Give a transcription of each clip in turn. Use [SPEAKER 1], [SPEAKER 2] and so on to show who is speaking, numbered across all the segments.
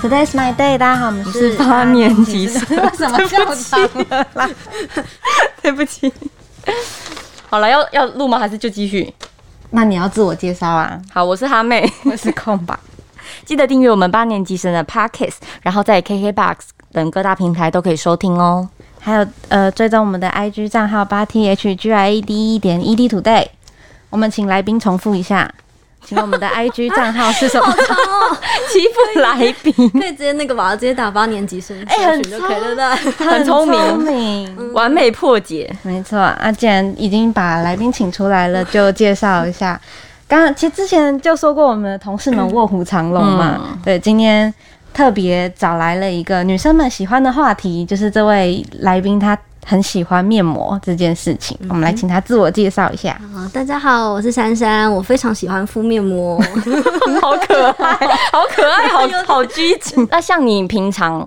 [SPEAKER 1] Today's my day，大家好，我们
[SPEAKER 2] 你
[SPEAKER 1] 是
[SPEAKER 2] 是八年级
[SPEAKER 1] 生
[SPEAKER 2] 生，
[SPEAKER 1] 为什么笑场了啦？
[SPEAKER 2] 对不起。好了，要要录吗？还是就继续？
[SPEAKER 1] 那你要自我介绍啊？
[SPEAKER 2] 好，我是哈妹，
[SPEAKER 1] 我是空吧。
[SPEAKER 2] 记得订阅我们八年级生的 Podcast，然后在 KKBox 等各大平台都可以收听哦。
[SPEAKER 1] 还有呃，追踪我们的 IG 账号八 T H G I E D 一点 E D Today。我们请来宾重复一下，请问我们的 IG 账号是 什么？
[SPEAKER 2] 欺负来宾，
[SPEAKER 3] 可以直接那个吧，直接打八年级生，
[SPEAKER 2] 哎很
[SPEAKER 3] 就可以了，对不对？
[SPEAKER 2] 很聪
[SPEAKER 1] 聪
[SPEAKER 2] 明，
[SPEAKER 1] 明，
[SPEAKER 2] 完美破 解。
[SPEAKER 1] 没错。啊，既然已经把来宾请出来了，就介绍一 下。刚刚其实之前就说过，我们的同事们卧虎藏龙嘛。
[SPEAKER 2] 嗯
[SPEAKER 1] 对，今天特别找来了一个女生们喜欢的话题，就是这位来宾她很喜欢面膜这件事情。
[SPEAKER 2] 嗯
[SPEAKER 1] 我们来请她自我介绍一下。
[SPEAKER 3] 好，大家好，我是珊珊，我非常喜欢敷面 膜。
[SPEAKER 2] 好可爱，好可爱，好好拘谨。那像你平常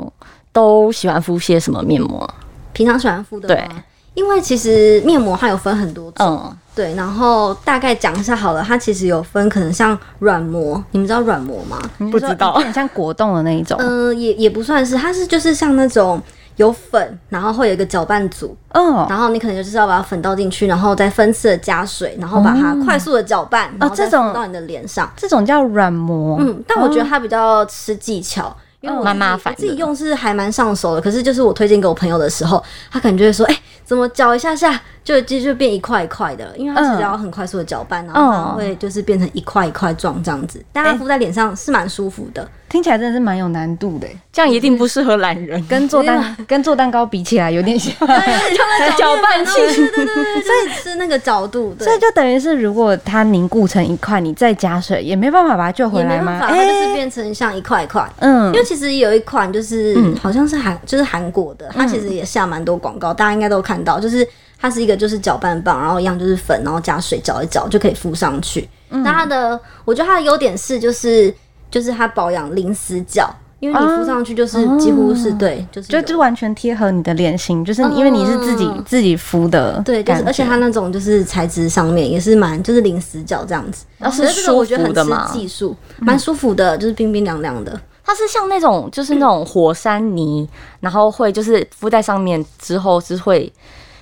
[SPEAKER 2] 都喜欢敷些什么面膜？
[SPEAKER 3] 平常喜欢敷的吗，
[SPEAKER 2] 对
[SPEAKER 3] 因为其实面膜它有分很多种，
[SPEAKER 2] 嗯，
[SPEAKER 3] 对，然后大概讲一下好了，它其实有分可能像软膜，你们知道软膜吗？
[SPEAKER 2] 不知道
[SPEAKER 1] 有点像果冻的那一种。
[SPEAKER 3] 嗯、也也不算是，它是就是像那种有粉，然后会有一个搅拌组，
[SPEAKER 2] 嗯
[SPEAKER 1] 哦
[SPEAKER 3] 然后你可能就是要把粉倒进去，然后再分次的加水，然后把它快速的搅拌，然后再
[SPEAKER 1] 这种
[SPEAKER 3] 敷到你的脸上。
[SPEAKER 1] 这种叫软膜。
[SPEAKER 3] 嗯，但我觉得它比较吃技巧，因为我
[SPEAKER 2] 蛮
[SPEAKER 3] 自己
[SPEAKER 2] 麻烦
[SPEAKER 3] 我自己
[SPEAKER 2] 的
[SPEAKER 3] 用是还蛮上手的，可是就是我推荐给我朋友的时候，他可能就会说，哎、怎么搅一下下就就就变一块一块的了，因为它其实要很快速的搅拌，然后它会就是变成一块一块状这样子，但它敷在脸上是蛮舒服的。
[SPEAKER 1] 听起来真的是蛮有难度的，
[SPEAKER 2] 这样一定不适合懒人。
[SPEAKER 1] 跟做蛋跟做蛋糕比起来有点像。
[SPEAKER 2] 搅拌器
[SPEAKER 3] 对对对对， 所以是那个角度，对
[SPEAKER 1] 所以就等于是，如果它凝固成一块，你再加水也没办法把它救回
[SPEAKER 3] 也没
[SPEAKER 1] 来吗哎
[SPEAKER 3] 办？法，它就是变成像一块一块。
[SPEAKER 1] 嗯
[SPEAKER 3] 因，为其实有一款就是、
[SPEAKER 2] 嗯
[SPEAKER 3] 好像是韩，就是韩国的，它其实也下蛮多广告，大家应该都看到，就是它是一个就是搅拌棒，然后一样就是粉，然后加水搅一搅就可以敷上去。
[SPEAKER 2] 嗯
[SPEAKER 3] 那它的，我觉得它的优点是就是就是它保养零死角，因为你敷上去就是
[SPEAKER 2] 哦
[SPEAKER 3] 几乎是、对，就是
[SPEAKER 1] 就
[SPEAKER 3] 有
[SPEAKER 1] 就完全贴合你的脸型，就是因为你是自己、
[SPEAKER 3] 嗯
[SPEAKER 1] 自己敷的，
[SPEAKER 3] 对，就是而且它那种就是材质上面也是蛮就是零死角这样子。
[SPEAKER 2] 那哦是
[SPEAKER 3] 可这个我觉得
[SPEAKER 2] 舒服的嗯
[SPEAKER 3] 很
[SPEAKER 2] 吗
[SPEAKER 3] 吃技术，蛮舒服的，就是冰冰凉凉的。
[SPEAKER 2] 它是像那种就是那种火山泥，然后会就是敷在上面之后是会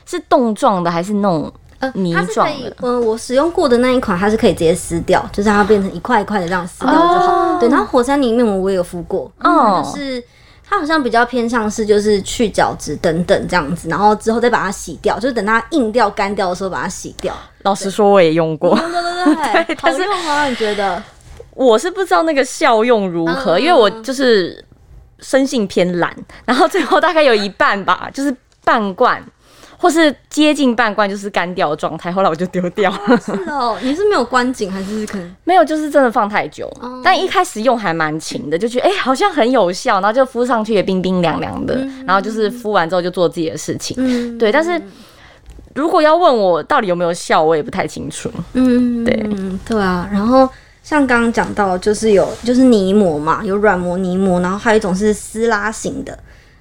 [SPEAKER 2] 是冻状的，还是那种
[SPEAKER 3] 呃
[SPEAKER 2] 泥
[SPEAKER 3] 它是
[SPEAKER 2] 状
[SPEAKER 3] 可以
[SPEAKER 2] 的，
[SPEAKER 3] 呃，我使用过的那一款，它是可以直接撕掉，就是它变成一块一块的这样撕掉就好。对，然后火山泥面膜我也有敷过，
[SPEAKER 2] 哦
[SPEAKER 3] 嗯，就是它好像比较偏向是就是去角质等等这样子，然后之后再把它洗掉，就是等它硬掉干掉的时候把它洗掉。
[SPEAKER 2] 老实说我也用过，
[SPEAKER 3] 对哦对
[SPEAKER 2] 对
[SPEAKER 3] 对好
[SPEAKER 2] 但是
[SPEAKER 3] 用吗？你觉得？
[SPEAKER 2] 我是不知道那个效用如何，因为我就是生性偏懒，然后最后大概有一半吧， 就是半罐。或是接近半罐就是干掉的状态，后来我就丢掉了。
[SPEAKER 3] 是哦，你是没有观景还是可能？
[SPEAKER 2] 没有，就是真的放太久，
[SPEAKER 3] 哦
[SPEAKER 2] 但一开始用还蛮勤的，就觉得哎、诶好像很有效，然后就敷上去也冰冰凉凉的，然后就是敷完之后就做自己的事情。
[SPEAKER 3] 嗯，
[SPEAKER 2] 对，但是如果要问我到底有没有效，我也不太清楚。
[SPEAKER 3] 嗯，
[SPEAKER 2] 对啊
[SPEAKER 3] 对啊。然后像刚刚讲到，就是有就是泥膜嘛，有软膜、泥膜，然后还有一种是撕拉型的，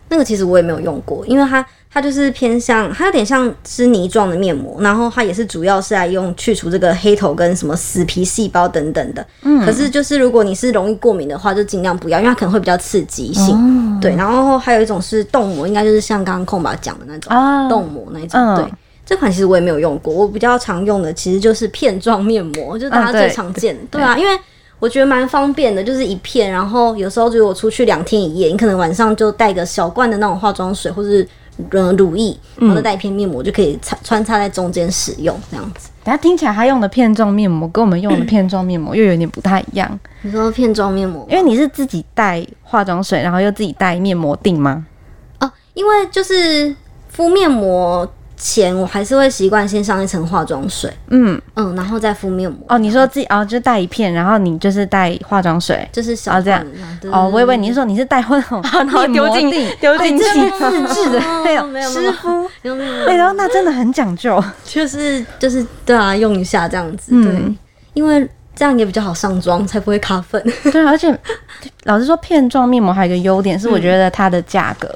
[SPEAKER 3] 那个其实我也没有用过，因为它它就是偏向它有点像是泥状的面膜，然后它也是主要是来用去除这个黑头跟什么死皮细胞等等的。嗯，可是就是如果你是容易过敏的话，就尽量不要，因为它可能会比较刺激性。对，然后还有一种是冻膜，应该就是像刚刚空吧讲的那种。
[SPEAKER 1] 啊，
[SPEAKER 3] 冻膜那一种。
[SPEAKER 1] 嗯
[SPEAKER 3] 对，这款其实我也没有用过，我比较常用的其实就是片状面膜，就是大
[SPEAKER 1] 嗯
[SPEAKER 3] 家
[SPEAKER 1] 对
[SPEAKER 3] 最常见的。对啊，因为我觉得蛮方便的，就是一片，然后有时候如果出去两天一夜，你可能晚上就带个小罐的那种化妆水或是。嗯，乳液，然后再带一片面膜，就可以穿穿插在中间使用，这样子。
[SPEAKER 1] 等下听起来他用的片状面膜跟我们 用的片状面膜又有点不太一样，
[SPEAKER 3] 你说片状面膜吗
[SPEAKER 1] 因为你是自己带化妆水，然后又自己带面膜定吗？
[SPEAKER 3] 哦，因为就是敷面膜前，我还是会习惯先上一层化妆水，
[SPEAKER 1] 嗯，
[SPEAKER 3] 嗯，然后再敷面膜，
[SPEAKER 1] 哦，你说自己
[SPEAKER 3] 嗯
[SPEAKER 1] 哦就带一片，然后你就是带化妆水。
[SPEAKER 3] 就是小
[SPEAKER 1] 哦
[SPEAKER 3] 罐
[SPEAKER 1] 这样
[SPEAKER 3] 的那样对哦
[SPEAKER 1] 哦，
[SPEAKER 3] 对
[SPEAKER 1] 我以
[SPEAKER 3] 对
[SPEAKER 1] 为你是说你是带那 种
[SPEAKER 2] 然后
[SPEAKER 1] 面
[SPEAKER 2] 丢
[SPEAKER 1] 膜
[SPEAKER 2] 进
[SPEAKER 1] 定
[SPEAKER 2] 丢
[SPEAKER 1] 哦
[SPEAKER 2] 进
[SPEAKER 1] 你
[SPEAKER 2] 去
[SPEAKER 1] 自己自制的
[SPEAKER 3] 哦
[SPEAKER 1] 那种
[SPEAKER 3] 没有没
[SPEAKER 1] 湿
[SPEAKER 3] 有
[SPEAKER 1] 敷，
[SPEAKER 3] 没有没有没有
[SPEAKER 1] 对，哎然后那真的很讲究。
[SPEAKER 3] 就是就是对啊，用一下这样子，
[SPEAKER 1] 嗯
[SPEAKER 3] 对，因为这样也比较好上妆，才不会卡粉。 嗯
[SPEAKER 1] 对，而且老实说，片状面膜还有一个优点是，我觉得它的价格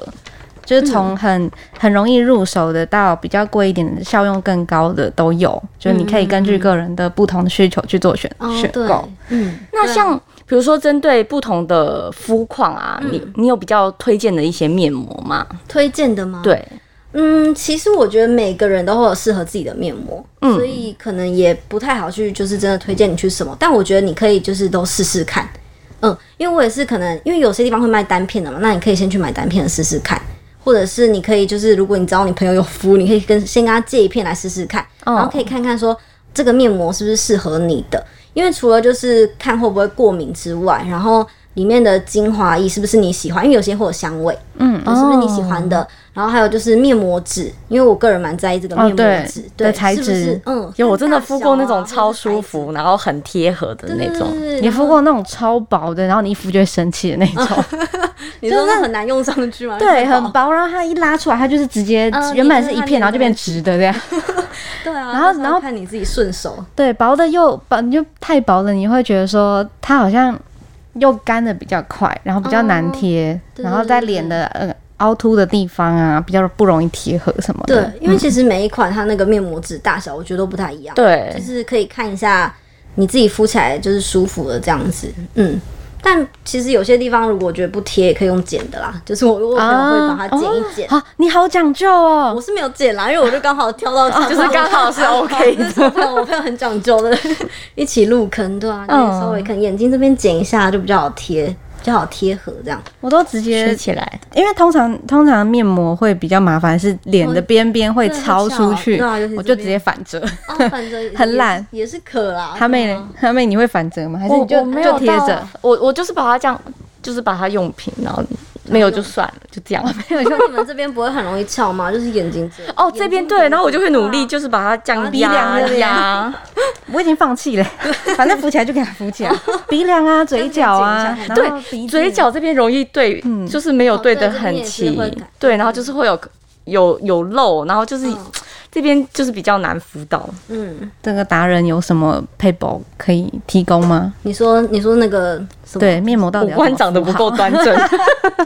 [SPEAKER 1] 就是从很很容易入手的到比较贵一点的、效用更高的都有，就是你可以根据个人的不同的需求去做选、
[SPEAKER 3] 嗯哦
[SPEAKER 1] 选，
[SPEAKER 3] 对
[SPEAKER 1] 购。，
[SPEAKER 3] 嗯，
[SPEAKER 2] 那像比如说针对不同的肤况啊，你你有比较推荐的一些面膜吗？
[SPEAKER 3] 推荐的吗？，
[SPEAKER 2] 对，
[SPEAKER 3] 嗯，其实我觉得每个人都会有适合自己的面膜，所以可能也不太好去就是真的推荐你去什么，但我觉得你可以就是都试试看，嗯，因为我也是可能因为有些地方会卖单片的嘛，那你可以先去买单片的试试看。或者是你可以，就是如果你知道你朋友有敷，你可以跟先跟他借一片来试试看，
[SPEAKER 2] 哦
[SPEAKER 3] 然后可以看看说这个面膜是不是适合你的。因为除了就是看会不会过敏之外，然后里面的精华液是不是你喜欢，因为有些会有香味，嗯，是不是
[SPEAKER 1] 哦
[SPEAKER 3] 你喜欢
[SPEAKER 2] 哦
[SPEAKER 3] 的？然后还有就是面膜纸，因为我个人蛮在意这个面膜
[SPEAKER 1] 对
[SPEAKER 3] 纸、
[SPEAKER 1] 的材
[SPEAKER 3] 是不是
[SPEAKER 1] 质
[SPEAKER 3] 嗯，
[SPEAKER 2] 有我
[SPEAKER 3] 看
[SPEAKER 2] 真的
[SPEAKER 3] 大
[SPEAKER 2] 敷
[SPEAKER 3] 小
[SPEAKER 2] 过
[SPEAKER 3] 啊
[SPEAKER 2] 那种
[SPEAKER 3] 或者
[SPEAKER 2] 超
[SPEAKER 3] 是
[SPEAKER 2] 舒
[SPEAKER 3] 材质
[SPEAKER 2] 服，然后很贴合的那种。
[SPEAKER 1] 你敷过那种超薄的，然后你一敷就会生气的那
[SPEAKER 3] 哦
[SPEAKER 1] 种，
[SPEAKER 3] 你说那很难用上 去吗？
[SPEAKER 1] 对，
[SPEAKER 3] 那种
[SPEAKER 1] 很薄，然后它一拉出来，它就是直接
[SPEAKER 3] 嗯
[SPEAKER 1] 原本是一
[SPEAKER 3] 你就是它那个
[SPEAKER 1] 片，然后就变直的这样。
[SPEAKER 3] 对啊。
[SPEAKER 1] 然后
[SPEAKER 3] 就是
[SPEAKER 1] 然后
[SPEAKER 3] 看你自己顺手，
[SPEAKER 1] 对，薄的又薄，你就太薄了，你会觉得说它好像又干的比较快，然后比较难贴，
[SPEAKER 3] 哦对
[SPEAKER 1] 然后在
[SPEAKER 3] 对对
[SPEAKER 1] 脸的呃凹凸的地方啊，比较不容易贴合什么的。
[SPEAKER 3] 对，因为其实每一款它那个面膜纸大小，我觉得都不太一样。
[SPEAKER 2] 嗯对
[SPEAKER 3] 就，是可以看一下你自己敷起来就是舒服的这样子，嗯。但其实有些地方如果觉得不贴，也可以用剪的啦。就是我我可能会把它剪一剪，
[SPEAKER 1] 啊哦啊你好讲究哦
[SPEAKER 3] 我，是没有剪啦，因为我就刚好挑到，
[SPEAKER 2] 哦就是刚好是 OK
[SPEAKER 3] 那是 我朋友，我朋友很讲究的，一起入坑，对啊，
[SPEAKER 1] 嗯
[SPEAKER 3] 那稍微可能眼睛这边剪一下就比较好贴，比较好贴合这样。
[SPEAKER 1] 我都直
[SPEAKER 2] 学
[SPEAKER 1] 接，
[SPEAKER 2] 起来。
[SPEAKER 1] 因为通常通常面膜会比较麻烦，是脸的边边会
[SPEAKER 3] 对会
[SPEAKER 1] 超出
[SPEAKER 3] 翘
[SPEAKER 1] 去，
[SPEAKER 3] 对啊尤其
[SPEAKER 1] 我就
[SPEAKER 3] 这
[SPEAKER 1] 直接
[SPEAKER 3] 边
[SPEAKER 1] 反折。
[SPEAKER 2] 哦
[SPEAKER 3] 啊，反 正
[SPEAKER 1] 很懒
[SPEAKER 3] 也是可啦。
[SPEAKER 1] 韩妹
[SPEAKER 3] 对啊
[SPEAKER 1] 呢？韩妹你会反折吗？还是你
[SPEAKER 2] 我我
[SPEAKER 1] 就
[SPEAKER 2] 没有
[SPEAKER 1] 就贴
[SPEAKER 2] 到
[SPEAKER 1] 着？，
[SPEAKER 2] 我我就是把它这样，就是把它用平，然后没有就算了，就这样。
[SPEAKER 3] 没有，像你们这边不会很容易翘吗？就是眼睛这 里
[SPEAKER 2] 哦，这边对，然后我就会努
[SPEAKER 3] 啊
[SPEAKER 2] 力，就是把它
[SPEAKER 1] 把
[SPEAKER 2] 降
[SPEAKER 1] 鼻梁
[SPEAKER 2] 压
[SPEAKER 1] 这边
[SPEAKER 2] 压。
[SPEAKER 1] 我已经放弃了，反正扶起来就给它扶起来，鼻梁啊、嘴角啊，然后鼻子
[SPEAKER 2] 对，嘴角这边容易对，
[SPEAKER 1] 嗯
[SPEAKER 2] 就是嗯没有对
[SPEAKER 3] 哦对
[SPEAKER 2] 的
[SPEAKER 3] 这边
[SPEAKER 2] 很
[SPEAKER 3] 也是
[SPEAKER 2] 齐
[SPEAKER 3] 会感，
[SPEAKER 2] 对，然后就是会有有有漏，然后就是
[SPEAKER 3] 嗯
[SPEAKER 2] 这边就是比较难辅导。
[SPEAKER 3] 嗯，
[SPEAKER 1] 这个达人有什么配宝可以提供吗？
[SPEAKER 3] 你说你说那个什么？
[SPEAKER 1] 对，面膜到
[SPEAKER 2] 五
[SPEAKER 1] 底要
[SPEAKER 2] 官
[SPEAKER 1] 怎
[SPEAKER 2] 长
[SPEAKER 1] 么
[SPEAKER 2] 得
[SPEAKER 1] 敷
[SPEAKER 2] 不
[SPEAKER 1] 好
[SPEAKER 2] 够端正，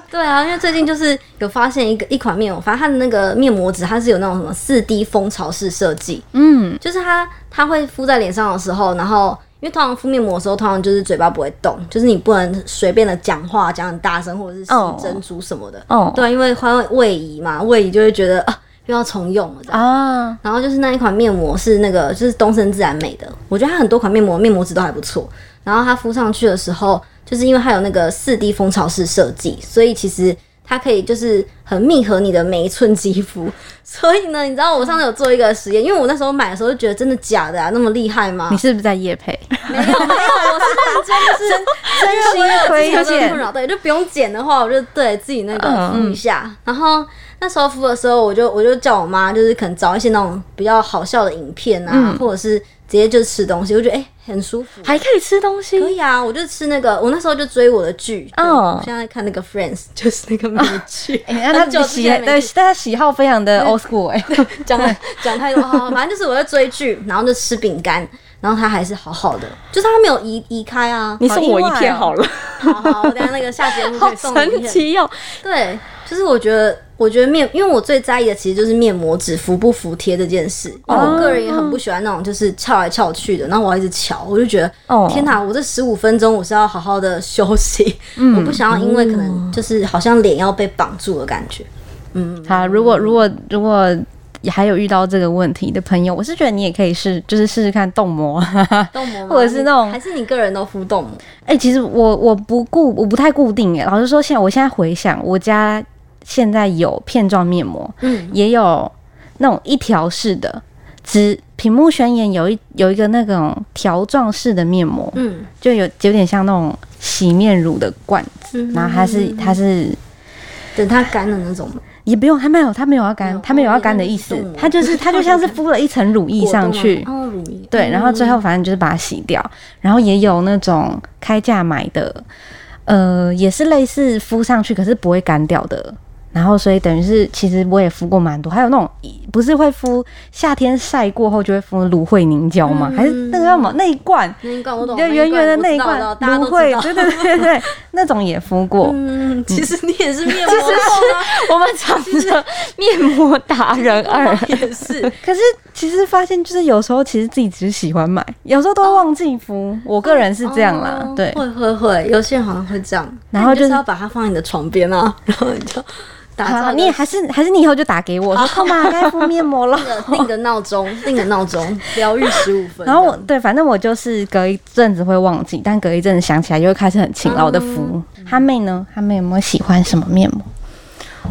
[SPEAKER 3] 对啊，因为最近就是有发现一个一款面膜，反正它的那个面膜纸，它是有那种什么四 D 蜂巢式设计，
[SPEAKER 1] 嗯，
[SPEAKER 3] 就是它它会敷在脸上的时候，然后因为通常敷面膜的时候，通常就是嘴巴不会动，就是你不能随便的讲话讲很大声或者是吸
[SPEAKER 2] 哦
[SPEAKER 3] 珍珠什么的，
[SPEAKER 2] 哦
[SPEAKER 3] 对啊，因为它会位移嘛，位移就会觉得啊又要重用了这样。
[SPEAKER 1] 啊，
[SPEAKER 3] 然后就是那一款面膜是那个就是东森自然美的，我觉得它很多款面膜面膜纸都还不错。然后它敷上去的时候，就是因为它有那个四 D 蜂巢式设计，所以其实它可以就是很密合你的每一寸肌肤。所以呢，你知道我上次有做一个实验，因为我那时候买的时候就觉得真的假的啊，那么厉害吗
[SPEAKER 1] 你？是不是在夜配？
[SPEAKER 3] 没有没有，我是认真，就是
[SPEAKER 1] 真心推
[SPEAKER 3] 有这个困
[SPEAKER 1] 荐，
[SPEAKER 3] 扰，对，就不用剪的话，我就对自己那个敷一下。然后那时候敷的时候，我就我就叫我妈，就是可能找一些那种比较好笑的影片啊，或者是直接就吃东西，我觉得哎、很舒服。
[SPEAKER 2] 还可以吃东西
[SPEAKER 3] 可以啊，我就吃那个，我那时候就追我的剧，对
[SPEAKER 2] 嗯
[SPEAKER 3] 我现在在看那个 Friends，就是那个美剧，
[SPEAKER 2] 啊
[SPEAKER 1] 你哎看他
[SPEAKER 3] 很久之
[SPEAKER 1] 喜
[SPEAKER 3] 前没
[SPEAKER 1] 对，但他喜好非常的 old school 哎，
[SPEAKER 3] 讲讲 太多，好，反正就是我在追剧，然后就吃饼干，然后它还是好好的，就是它没有移移开啊。
[SPEAKER 2] 你送我一片好了，哦
[SPEAKER 3] 好好，我等一下那个下节目可以送你一
[SPEAKER 2] 神
[SPEAKER 3] 片
[SPEAKER 2] 奇哦！
[SPEAKER 3] 对，就是我觉得，我觉得面，因为我最在意的其实就是面膜纸服不服帖这件事。
[SPEAKER 1] 哦
[SPEAKER 3] 因为我个人也很不喜欢那种就是翘来翘去的，然后我要一直翘，我就觉得，
[SPEAKER 2] 哦
[SPEAKER 3] 天哪，我这十五分钟我是要好好的休息，
[SPEAKER 1] 嗯
[SPEAKER 3] 我不想要因为可能就是好像脸要被绑住的感觉。
[SPEAKER 1] 好，如果如果如果还有遇到这个问题的朋友，我是觉得你也可以试，就是试试看冻膜，
[SPEAKER 3] 冻膜吗
[SPEAKER 1] 或者是那种
[SPEAKER 3] 还是你个人都敷冻膜？
[SPEAKER 1] 哎、其实我我不固我不太固定耶。老实说，现在我现在回想，我家现在有片状面膜，
[SPEAKER 3] 嗯，
[SPEAKER 1] 也有那种一条式的，只屏幕宣言有一有一个那种条状式的面膜，
[SPEAKER 3] 嗯，
[SPEAKER 1] 就有有点像那种洗面乳的罐子，嗯
[SPEAKER 3] 嗯
[SPEAKER 1] 然后它是它是
[SPEAKER 3] 等它干的 那种吗？
[SPEAKER 1] 也不用，它没有它没有要
[SPEAKER 3] 没有
[SPEAKER 1] 干，它没有要干的意思
[SPEAKER 3] 我以为那是冻，膜
[SPEAKER 1] 它就是它就像是敷了一层乳液上去
[SPEAKER 3] 果，冻吗哦，乳液。
[SPEAKER 1] 对，然后最后反正就是把它洗掉，然后也有那种开价买的，呃，也是类似敷上去，可是不会干掉的。然后所以等于是，其实我也敷过蛮多，还有那种不是会敷夏天晒过后就会敷芦荟凝胶吗？还是那个叫什么那一罐？
[SPEAKER 3] 嗯那一罐我懂，
[SPEAKER 1] 就圆圆的
[SPEAKER 3] 那
[SPEAKER 1] 那
[SPEAKER 3] 一
[SPEAKER 1] 一
[SPEAKER 3] 罐我
[SPEAKER 1] 罐
[SPEAKER 3] 知道，我知道大家都
[SPEAKER 1] 芦荟，
[SPEAKER 3] 知道。
[SPEAKER 1] 对 对对对对，那种也敷过。
[SPEAKER 3] 嗯，其实你也 是面膜控啊，
[SPEAKER 2] 我们 藏着面膜达人二，
[SPEAKER 3] 哦也 是。
[SPEAKER 1] 可是其实发现，就是有时候其实自己只是喜欢买，有时候都会忘记敷。我个人是这样啦，
[SPEAKER 3] 哦
[SPEAKER 1] 对。
[SPEAKER 3] 会会会，有些人好像会这样，
[SPEAKER 1] 然后
[SPEAKER 3] 那你就是
[SPEAKER 1] 就是
[SPEAKER 3] 要把它放在你的床边啊，然后你就打
[SPEAKER 1] 好，
[SPEAKER 3] 造
[SPEAKER 1] 你也还是还是你以后就打给我说，靠嘛，哦该敷面膜了。
[SPEAKER 3] 个定个闹钟，定个闹钟，疗愈十五 分。
[SPEAKER 1] 然后我对，反正我就是隔一阵子会忘记，但隔一阵子想起来就会开始很勤劳的敷。哈妹呢？哈妹有没有喜欢什么面膜？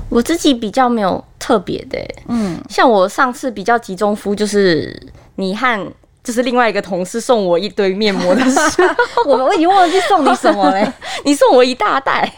[SPEAKER 2] 我自己比较没有特别的、欸，
[SPEAKER 1] 嗯，
[SPEAKER 2] 像我上次比较集中敷，就是你和就是另外一个同事送我一堆面膜的 时候，
[SPEAKER 1] 我我已经忘记送你什么 嘞。
[SPEAKER 2] 你送我一大袋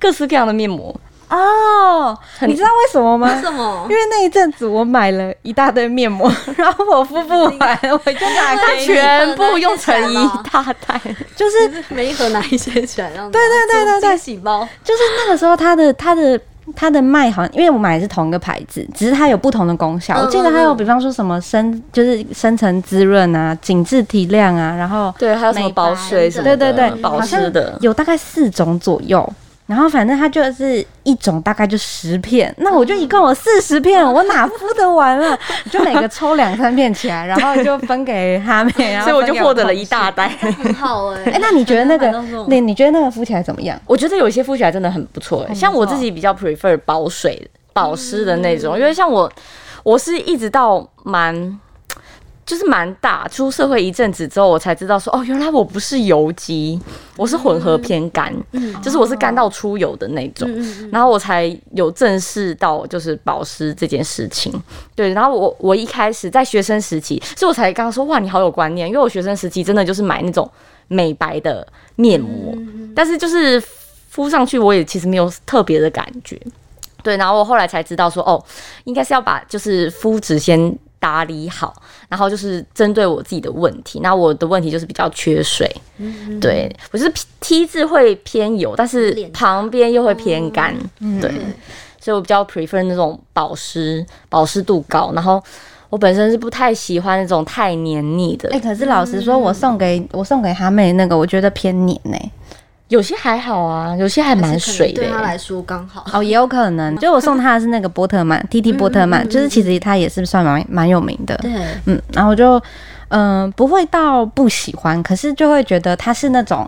[SPEAKER 2] 各式各样的面膜，
[SPEAKER 1] 哦，你知道为什么吗？
[SPEAKER 3] 为什么
[SPEAKER 1] 因为那一阵子我买了一大堆面膜， 然后我敷不完，我就拿
[SPEAKER 2] 它
[SPEAKER 1] 给你。
[SPEAKER 2] 全部用成一大袋，
[SPEAKER 1] 就是
[SPEAKER 3] 每一盒拿一些起来，让对
[SPEAKER 1] 对对对对
[SPEAKER 3] 洗包。
[SPEAKER 1] 就是那个时候它的它的它的卖好像，因为我买的是同一个牌子，只是它有不同的功效。
[SPEAKER 3] 嗯
[SPEAKER 1] 我记得它有
[SPEAKER 3] 嗯嗯
[SPEAKER 1] 比方说什么深就是深层滋润啊、紧致提亮啊，然后
[SPEAKER 2] 对，还有什么
[SPEAKER 1] 美白
[SPEAKER 2] 保水什么
[SPEAKER 1] 对
[SPEAKER 2] 的，
[SPEAKER 1] 对对，
[SPEAKER 2] 保
[SPEAKER 1] 好像
[SPEAKER 2] 湿的，
[SPEAKER 1] 有大概四种左右。然后反正它就是一种，大概就十片。那我就一共有四十片，
[SPEAKER 2] 嗯
[SPEAKER 1] 我哪敷得完 啊？我就每个抽两三片起来，然后就分给哈妹， 然后
[SPEAKER 2] 所以我就
[SPEAKER 1] 分给
[SPEAKER 2] 获得了
[SPEAKER 1] 同事
[SPEAKER 2] 一大。袋。
[SPEAKER 3] 很好哎、
[SPEAKER 1] 哎，那你觉得 那
[SPEAKER 3] 老板都
[SPEAKER 1] 个
[SPEAKER 3] 说
[SPEAKER 1] 你你觉得那个敷起来怎么样？
[SPEAKER 2] 我觉得有一些敷起来真的很不错、欸，像我自己比较 prefer 保水保湿的那种，因为像我，我是一直到蛮。就是蛮大，出社会一阵子之后，我才知道说，哦，原来我不是油肌，我是混合偏干，就是我是干到出油的那种，然后我才有正视到就是保湿这件事情。对，然后我我一开始在学生时期，所以我才刚刚说，哇，你好有观念，因为我学生时期真的就是买那种美白的面膜，但是就是敷上去，我也其实没有特别的感觉。对，然后我后来才知道说，哦，应该是要把就是肤质先打理好，然后就是针对我自己的问题。那我的问题就是比较缺水，对我就是 P- T 字会偏油，但是
[SPEAKER 3] 脸
[SPEAKER 2] 旁边又会偏干，对，所以我比较 prefer 那种保湿保湿度高，然后。我本身是不太喜欢那种太黏腻的，
[SPEAKER 1] 哎，可是老实说，我送给我送给哈妹那个，我觉得偏黏呢。
[SPEAKER 2] 有些还好啊，有些还蛮水的、
[SPEAKER 3] 对他
[SPEAKER 2] 欸。
[SPEAKER 3] 来说刚好。
[SPEAKER 1] 哦，也有可能，就我送他的是那个波特曼，T T 波特曼，就是其实他也是算蛮蛮有名的。
[SPEAKER 3] 对，
[SPEAKER 1] 嗯，然后我就嗯、不会到不喜欢，可是就会觉得它是那种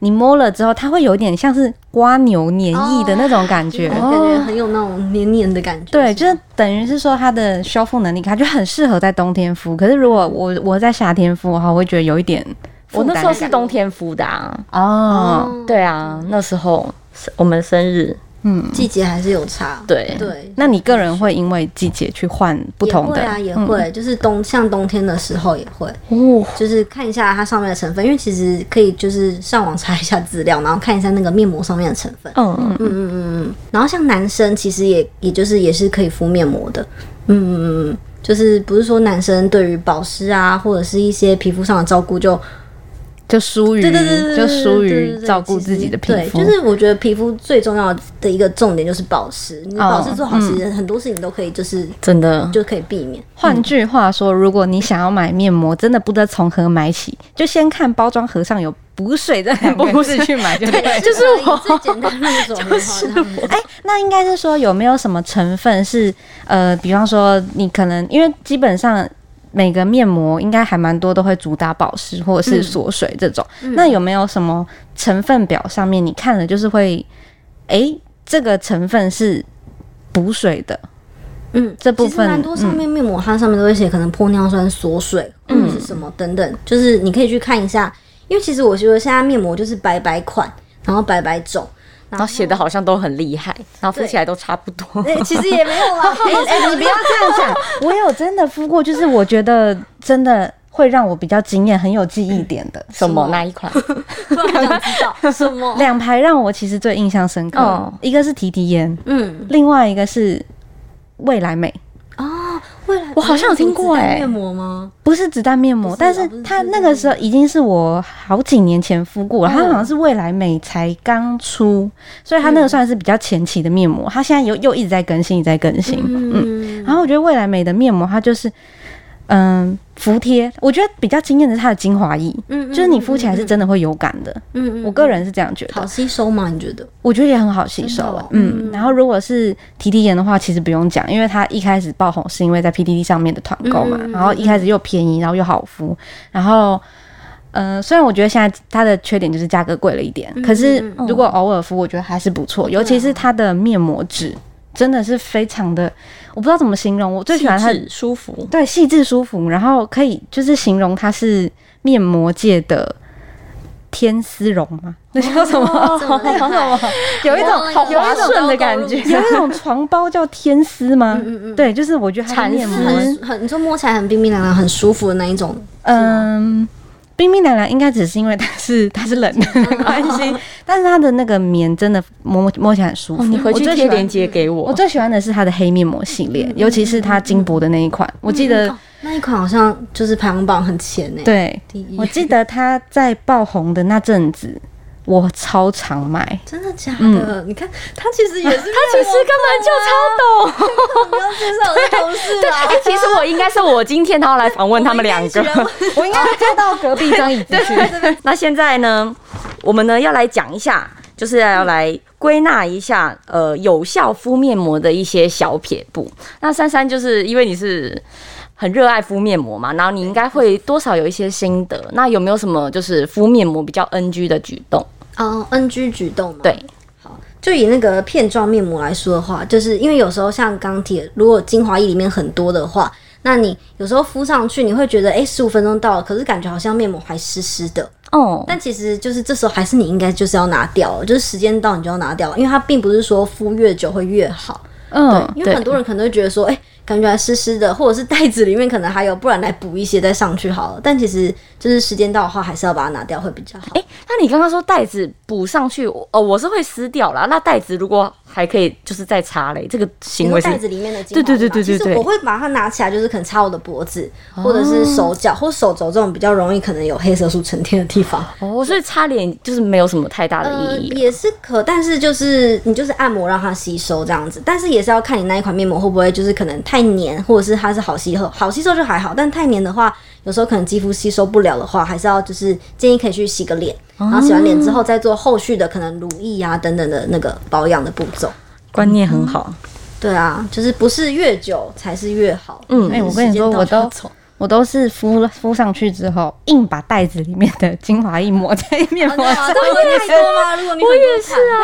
[SPEAKER 1] 你摸了之后，它会有点像是刮牛黏液的那种感觉。
[SPEAKER 3] 哦
[SPEAKER 1] 哦
[SPEAKER 3] 感觉很有那种黏黏的感觉。
[SPEAKER 1] 对，就是等于是说它的修复能力，它就很适合在冬天敷。可是如果我我在夏天敷的话，我会觉得有一点
[SPEAKER 2] 我
[SPEAKER 1] 负
[SPEAKER 2] 那
[SPEAKER 1] 担
[SPEAKER 2] 时
[SPEAKER 1] 感。
[SPEAKER 2] 候是冬天敷的啊，
[SPEAKER 1] 哦，
[SPEAKER 2] 对啊，那时候是我们生日，
[SPEAKER 1] 嗯，
[SPEAKER 3] 季节还是有差。
[SPEAKER 2] 对
[SPEAKER 3] 对，
[SPEAKER 1] 那你个人会因为季节去换不同的？嗯
[SPEAKER 3] 也会啊，也会，就是冬像冬天的时候也会，
[SPEAKER 2] 哦，
[SPEAKER 3] 就是看一下它上面的成分，因为其实可以就是上网查一下资料，然后看一下那个面膜上面的成分。
[SPEAKER 2] 嗯，
[SPEAKER 3] 嗯嗯嗯嗯。然后像男生其实也也就是也是可以敷面膜的。嗯嗯嗯嗯，就是不是说男生对于保湿啊，或者是一些皮肤上的照顾就
[SPEAKER 1] 就疏于，
[SPEAKER 3] 对对对对对，
[SPEAKER 1] 就疏
[SPEAKER 3] 对对
[SPEAKER 1] 于
[SPEAKER 3] 对
[SPEAKER 1] 照顾
[SPEAKER 3] 其实
[SPEAKER 1] 自己的皮肤。
[SPEAKER 3] 对，就是嗯我觉得皮肤最重要的一个重点就是保湿，你保
[SPEAKER 1] 哦
[SPEAKER 3] 湿做好，
[SPEAKER 1] 嗯
[SPEAKER 3] 其实很多事情都可以，就是、
[SPEAKER 2] 真的，
[SPEAKER 3] 就可以避免。
[SPEAKER 1] 换句话说，如果你想要买面膜，真的不知道从何买起，就先看包装盒上有“补水” 这两个字去买就对了。
[SPEAKER 2] 就是我
[SPEAKER 3] 最简单的那 种，就是
[SPEAKER 1] 哎、那应该是说有没有什么成分是呃，比方说你可能因为基本上每个面膜应该还蛮多都会主打保湿或者是锁水这种，
[SPEAKER 3] 嗯
[SPEAKER 1] 那有没有什么成分表上面你看了就是会哎、这个成分是补水的？
[SPEAKER 3] 嗯，
[SPEAKER 1] 这部分嗯
[SPEAKER 3] 其实蛮多上 面面膜，它上面都会写可能玻尿酸锁水或者是什么等等，就是你可以去看一下，因为其实我觉得现在面膜就是白白款，然后白白种。
[SPEAKER 2] 然后写的好像都很厉害，然后敷起来都差不多。
[SPEAKER 3] 对，其实也没有 啦，
[SPEAKER 1] 哎、哎、你不要这样 讲，我有真的敷过，就是我觉得真的会让我比较惊艳、很有记忆点的。
[SPEAKER 2] 什么那一款？
[SPEAKER 3] 突然好想知道什么？
[SPEAKER 1] 两排让我其实最印象深刻，
[SPEAKER 2] 哦
[SPEAKER 1] 一个是提提颜，
[SPEAKER 3] 嗯，
[SPEAKER 1] 另外一个是未来美，
[SPEAKER 3] 哦，未来
[SPEAKER 2] 我好像有听过哎
[SPEAKER 3] 面膜吗？
[SPEAKER 1] 不是子弹面膜，
[SPEAKER 3] 不
[SPEAKER 1] 但
[SPEAKER 3] 是哦
[SPEAKER 1] 是
[SPEAKER 3] 不是
[SPEAKER 1] 它
[SPEAKER 3] 子
[SPEAKER 1] 那
[SPEAKER 3] 弹
[SPEAKER 1] 个
[SPEAKER 3] 面嗯
[SPEAKER 1] 时候已经是我好几年前敷过了，它好像是未来美才刚出，所以它那个算是比较前期的面膜，它现在又又一直在更新，一直在更新，嗯
[SPEAKER 3] 嗯，
[SPEAKER 1] 然后我觉得未来美的面膜，它就是嗯服帖，我觉得比较惊艳的是它的精华液，
[SPEAKER 3] 嗯
[SPEAKER 1] 就是你敷起来是真的会有感的。
[SPEAKER 3] 嗯
[SPEAKER 1] 我个人是这样觉
[SPEAKER 3] 好
[SPEAKER 1] 得，
[SPEAKER 3] 吸收吗？你觉得？
[SPEAKER 1] 我觉得也很好吸收、
[SPEAKER 3] 真的哦
[SPEAKER 1] 嗯，然后如果是提提眼的话，其实不用讲，因为它一开始爆红是因为在 PDD 上面的团购嘛，
[SPEAKER 3] 嗯嗯嗯
[SPEAKER 1] 然后一开始又便宜，然后又好敷，然后。呃，虽然我觉得现在它的缺点就是价格贵了一点，
[SPEAKER 3] 嗯
[SPEAKER 1] 可是
[SPEAKER 3] 嗯啊
[SPEAKER 1] 如果偶尔敷，我觉得还是不错，尤其是它的面膜纸真的是非常的，我不知道怎么形容，我最喜欢它的
[SPEAKER 2] 细致舒服，
[SPEAKER 1] 对，细致舒服，然后可以就是形容它是面膜界的天丝绒吗？那叫什么？
[SPEAKER 3] 这么厉害，嗯
[SPEAKER 1] 有一种
[SPEAKER 3] 哇
[SPEAKER 1] 好
[SPEAKER 2] 滑顺的感觉
[SPEAKER 1] 有一种床包叫天丝吗？
[SPEAKER 3] 嗯嗯嗯嗯
[SPEAKER 1] 对，就是我觉得它的
[SPEAKER 2] 蚕
[SPEAKER 1] 面
[SPEAKER 2] 丝
[SPEAKER 1] 膜，
[SPEAKER 3] 很很，你说摸起来很冰冰凉凉，很舒服的那一种。
[SPEAKER 1] 嗯。冰冰凉凉应该只是因为它是它是冷的关 系，但是它的那个棉真的摸摸起来很舒服。
[SPEAKER 2] 哦你嗯回去
[SPEAKER 1] 我最喜
[SPEAKER 2] 贴
[SPEAKER 1] 欢
[SPEAKER 2] 链接给
[SPEAKER 1] 我
[SPEAKER 2] 我。
[SPEAKER 1] 最喜欢的是它的黑面膜系列，尤其是它金箔的那一款，我记得
[SPEAKER 3] 嗯哦那一款好像就是排行榜很前诶，
[SPEAKER 1] 对
[SPEAKER 3] 第
[SPEAKER 2] 嗯
[SPEAKER 3] 一
[SPEAKER 1] 我记得他在爆红的那阵子，我超常 买。
[SPEAKER 3] 真的假的？你看他其实也是，他
[SPEAKER 2] 嗯其实根本就超懂，
[SPEAKER 3] 不要介绍我的同事
[SPEAKER 2] 对，
[SPEAKER 3] 啦。
[SPEAKER 2] 哎，其实我应该是我今天他要来访问他们两个，
[SPEAKER 1] 我应该坐到隔壁张椅子去。
[SPEAKER 2] 那现在呢，我们呢要来讲一下，就是要来归纳一下，呃，有效敷面膜的一些小撇步。那珊珊就是因为你是很热爱敷面膜嘛，然后你应该会多少有一些心得。那有没有什么就是敷面膜比较 NG 的举动？
[SPEAKER 3] 哦，NG 举动嘛。
[SPEAKER 2] 对，
[SPEAKER 3] 就以那个片状面膜来说的话，就是因为有时候像钢铁，如果精华液里面很多的话，那你有时候敷上去，你会觉得哎，十、5五分钟到了，可是感觉好像面膜还湿湿的。
[SPEAKER 2] 哦，
[SPEAKER 3] 但其实就是这时候还是你应该就是要拿掉了，就是时间到你就要拿掉了，因为它并不是说敷越久会越好。
[SPEAKER 1] 嗯，
[SPEAKER 3] 因为很多人可能会觉得说，哎、感觉还湿湿的，或者是袋子里面可能还有，不然来补一些再上去好了。但其实就是时间到的话，还是要把它拿掉会比较好。
[SPEAKER 2] 哎、那你刚刚说袋子补上去，我哦，我是会撕掉啦。那袋子如果还可以，就是再擦嘞，这个
[SPEAKER 3] 你
[SPEAKER 2] 行
[SPEAKER 3] 说
[SPEAKER 2] 为是
[SPEAKER 3] 袋子里面的精华
[SPEAKER 2] 对对
[SPEAKER 3] 液嘛
[SPEAKER 2] 对对对
[SPEAKER 3] 其实我会把它拿起来，就是可能擦我的脖子，或者
[SPEAKER 2] 哦
[SPEAKER 3] 是手脚或手肘这种比较容易可能有黑色素沉淀的地方。
[SPEAKER 2] 哦，所以擦脸就是没有什么太大的
[SPEAKER 3] 呃，
[SPEAKER 2] 意义。啊
[SPEAKER 3] 也是可，但是就是你就是按摩让它吸收这样子，但是也是要看你那一款面膜会不会就是可能太黏，或者是它是好吸收，好吸收就还好，但太黏的话，有时候可能肌肤吸收不了的话，还是要就是建议可以去洗个脸，然后洗完脸之后再做后续的可能乳液啊等等的那个保养的步骤。
[SPEAKER 2] 观念很好，
[SPEAKER 3] 对啊，就是不是越久才是越好。
[SPEAKER 2] 嗯
[SPEAKER 1] 哎、我跟你说，我都我都是敷敷上去之后，硬把袋子里面的精华液抹在面
[SPEAKER 3] 我
[SPEAKER 1] 膜上。
[SPEAKER 3] 太多吗？啊如果你我也是啊，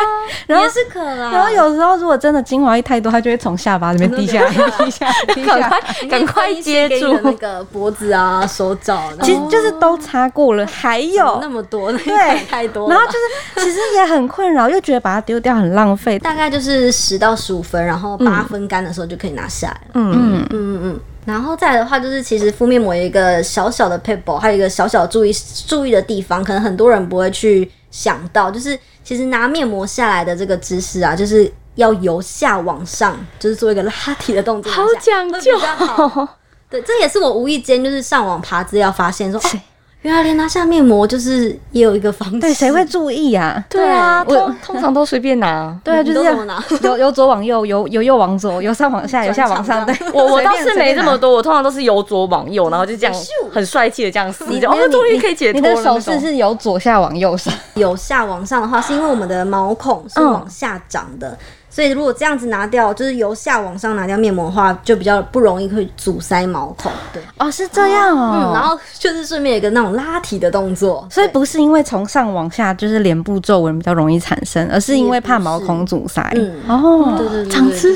[SPEAKER 3] 然后是可 啦，
[SPEAKER 1] 然后有时候，如果真的精华液太多，它就会从下巴这边滴下来，滴下来，滴下
[SPEAKER 2] 赶
[SPEAKER 1] 来。
[SPEAKER 2] 快赶快接
[SPEAKER 3] 给你
[SPEAKER 2] 住
[SPEAKER 3] 的。那个脖子啊、手脚，
[SPEAKER 1] 其实就是都擦过了，还有
[SPEAKER 3] 那么多，那
[SPEAKER 1] 对
[SPEAKER 3] 太多了啊
[SPEAKER 1] 然
[SPEAKER 3] 吧。
[SPEAKER 1] 后就是其实也很困扰，又觉得把它丢掉很浪费。
[SPEAKER 3] 大概就是十到十五分，然后八分干的时候就可以拿下来了。嗯
[SPEAKER 1] 嗯，
[SPEAKER 3] 嗯嗯。然后再来的话，就是其实敷面膜有一个小小的 p e b b l 还有一个小小注意注意的地方，可能很多人不会去想到，就是其实拿面膜下来的这个姿势啊，就是要由下往上，就是做一个拉提的 动作，
[SPEAKER 2] 好讲
[SPEAKER 3] 会比
[SPEAKER 2] 究
[SPEAKER 3] 较好。对，这也是我无意间就是上网爬资料发现说，哦，原来连拿下面膜就是也有一个方式。
[SPEAKER 1] 对，谁会注意啊？
[SPEAKER 2] 对啊，
[SPEAKER 1] 我
[SPEAKER 2] 通通常都随便拿。
[SPEAKER 1] 对啊，
[SPEAKER 3] 你
[SPEAKER 1] 就
[SPEAKER 3] 都
[SPEAKER 1] 是
[SPEAKER 3] 怎么拿
[SPEAKER 1] 由由左往右，由由右往左，由上往下，由下往上。对
[SPEAKER 3] 转，
[SPEAKER 2] 我
[SPEAKER 1] 随
[SPEAKER 2] 我
[SPEAKER 1] 便
[SPEAKER 2] 倒是没这么。
[SPEAKER 1] 随便拿
[SPEAKER 2] 多，我通常都是由左往右，然后就这样
[SPEAKER 3] 咻
[SPEAKER 2] 很帅气的这样撕着，
[SPEAKER 1] 没有
[SPEAKER 2] 哦，终于可以解
[SPEAKER 1] 你
[SPEAKER 2] 脱
[SPEAKER 1] 的
[SPEAKER 2] 了。
[SPEAKER 1] 手
[SPEAKER 2] 那
[SPEAKER 1] 势
[SPEAKER 2] 种
[SPEAKER 1] 是由左下往右上，
[SPEAKER 3] 由下往上的话，是因为我们的毛孔是往下长的，所以如果这样子拿掉，就是由下往上拿掉面膜的话，就比较不容易会阻塞毛孔。对，
[SPEAKER 1] 哦，是这样
[SPEAKER 3] 嗯，然。后就是顺便有一个那种拉提的动作，
[SPEAKER 1] 所以
[SPEAKER 3] 对
[SPEAKER 1] 不是因为从上往下就是脸部皱纹比较容易产生，而是因为怕毛孔阻塞。
[SPEAKER 3] 嗯
[SPEAKER 1] 哦，
[SPEAKER 3] 对对对，
[SPEAKER 2] 长知
[SPEAKER 3] 对，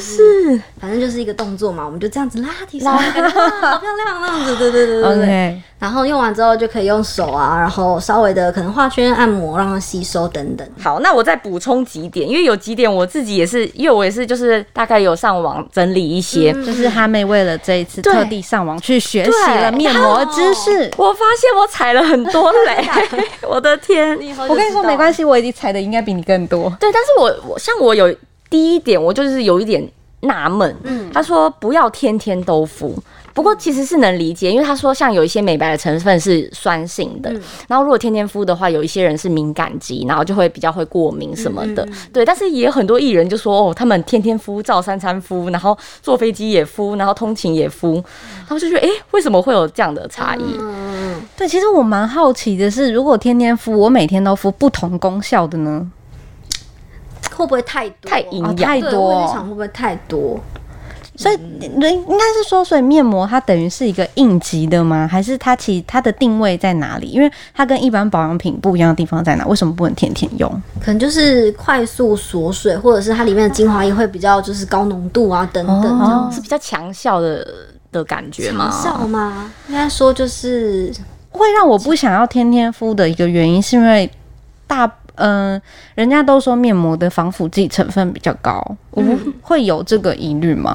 [SPEAKER 2] 识，
[SPEAKER 3] 反正就是一个动作嘛，我们就这样子拉提上来，感觉啊好漂亮那样子，对对对对对。
[SPEAKER 1] OK，
[SPEAKER 3] 然后用完之后就可以用手啊，然后稍微的可能画圈按摩，让它吸收等等。
[SPEAKER 2] 好，那我再补充几点，因为有几点我自己也是，因为我也是就是大概有上网整理一些，
[SPEAKER 1] 就是哈妹为了这一次
[SPEAKER 2] 对
[SPEAKER 1] 特地上网去学习了
[SPEAKER 2] 对
[SPEAKER 1] 面膜知识。
[SPEAKER 2] 我发现我踩了很多 雷，我的天！
[SPEAKER 1] 我跟你说没关
[SPEAKER 3] 系，
[SPEAKER 1] 系，我已经踩的应该比你更多。
[SPEAKER 2] 对，但是我我像我有第一点，我就是有一点纳闷，嗯，他说不要天天都敷。不过其实是能理解，因为他说像有一些美白的成分是酸性
[SPEAKER 3] 嗯
[SPEAKER 2] 的，然后如果天天敷的话，有一些人是敏感肌，然后就会比较会过敏什么
[SPEAKER 3] 嗯
[SPEAKER 2] 的。对，但是也有很多艺人就说哦，他们天天敷，照三餐敷，然后坐飞机也敷，然后通勤也敷，他们就觉得哎、诶为什么会有这样的差异？
[SPEAKER 3] 嗯，
[SPEAKER 1] 对，其实我蛮好奇的是，如果天天敷，我每天都敷不同功效的呢？
[SPEAKER 3] 会不会太多？
[SPEAKER 2] 太营
[SPEAKER 1] 哦，
[SPEAKER 2] 养
[SPEAKER 1] 太
[SPEAKER 3] 对我也在
[SPEAKER 1] 多
[SPEAKER 3] 想，会不会太多？
[SPEAKER 1] 所以对应该是说，所以面膜它等于是一个应急的吗？还是它其它的定位在哪里？因为它跟一般保养品不一样的地方在哪？为什么不能天天用？
[SPEAKER 3] 可能就是快速锁水，或者是它里面的精华液会比较就是高浓度啊等等这样
[SPEAKER 1] 哦
[SPEAKER 3] 子。
[SPEAKER 2] 是比较强效的的感觉吗？
[SPEAKER 3] 长效吗？应该说就是
[SPEAKER 1] 会让我不想要天天敷的一个原因，是因为大嗯、人家都说面膜的防腐剂成分比较高，我会有这个疑虑吗？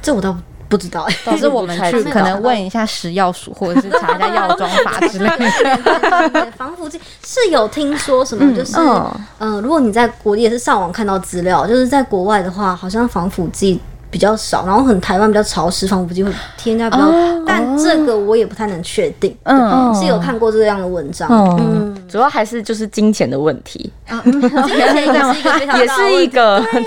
[SPEAKER 3] 这我倒不知道哎、
[SPEAKER 2] 倒是我们去
[SPEAKER 1] 可能问一下食药署，或者是查一下药妆法之类的。
[SPEAKER 3] 防腐剂是有听说什么，就是、
[SPEAKER 2] 哦
[SPEAKER 3] 呃，如果你在国也是上网看到资料，就是在国外的话，好像防腐剂比较少，然后可能台湾比较潮湿，防腐剂会添加比较，但这个我也不太能确定。
[SPEAKER 1] 嗯
[SPEAKER 3] 是有看过这样的文章，
[SPEAKER 1] 哦
[SPEAKER 3] 嗯，
[SPEAKER 2] 主要还是就是金钱的问题，
[SPEAKER 3] 这个 也是一个非常
[SPEAKER 2] 也
[SPEAKER 3] 大的
[SPEAKER 2] 是一
[SPEAKER 3] 问题
[SPEAKER 2] 个 对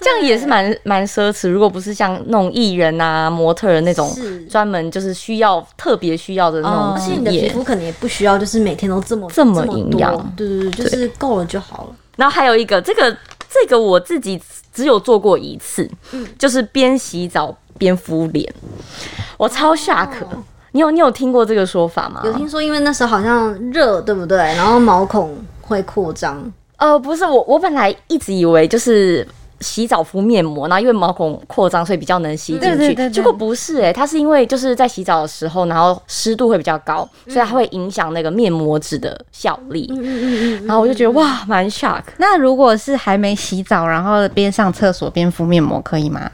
[SPEAKER 2] 这样也是蛮蛮奢侈。如果不是像那种艺人啊、模特儿那种
[SPEAKER 3] 是
[SPEAKER 2] 专门就是需要特别需要的那
[SPEAKER 1] 哦而
[SPEAKER 2] 种
[SPEAKER 3] 而且
[SPEAKER 2] 职
[SPEAKER 3] 你的皮
[SPEAKER 2] 业，
[SPEAKER 3] 肤可能也不需要，就是每天都这么
[SPEAKER 2] 这么
[SPEAKER 3] 多
[SPEAKER 2] 营养
[SPEAKER 3] 对对对，就是够了就好了。
[SPEAKER 2] 然后还有一个这个这个我自己只有做过一次，
[SPEAKER 3] 嗯
[SPEAKER 2] 就是边洗澡边敷脸，我超 shock。你有你有听过这个说法吗？
[SPEAKER 3] 哦有
[SPEAKER 1] 啊
[SPEAKER 3] 听说，因为那时候好像热，对不对？然后毛孔会扩张，
[SPEAKER 2] 呃，不是我，我本来一直以为就是洗澡敷面膜，然后因为毛孔扩张，所以比较能吸进去。
[SPEAKER 1] 对对对对
[SPEAKER 2] 结果不是诶、它是因为就是在洗澡的时候，然后湿度会比较高，所以它会影响那个面膜纸的效力。
[SPEAKER 3] 嗯嗯嗯嗯，
[SPEAKER 2] 然后我就觉得哇，蛮 shock。
[SPEAKER 1] 那如果是还没洗澡，然后边上厕所边敷面膜，可以吗？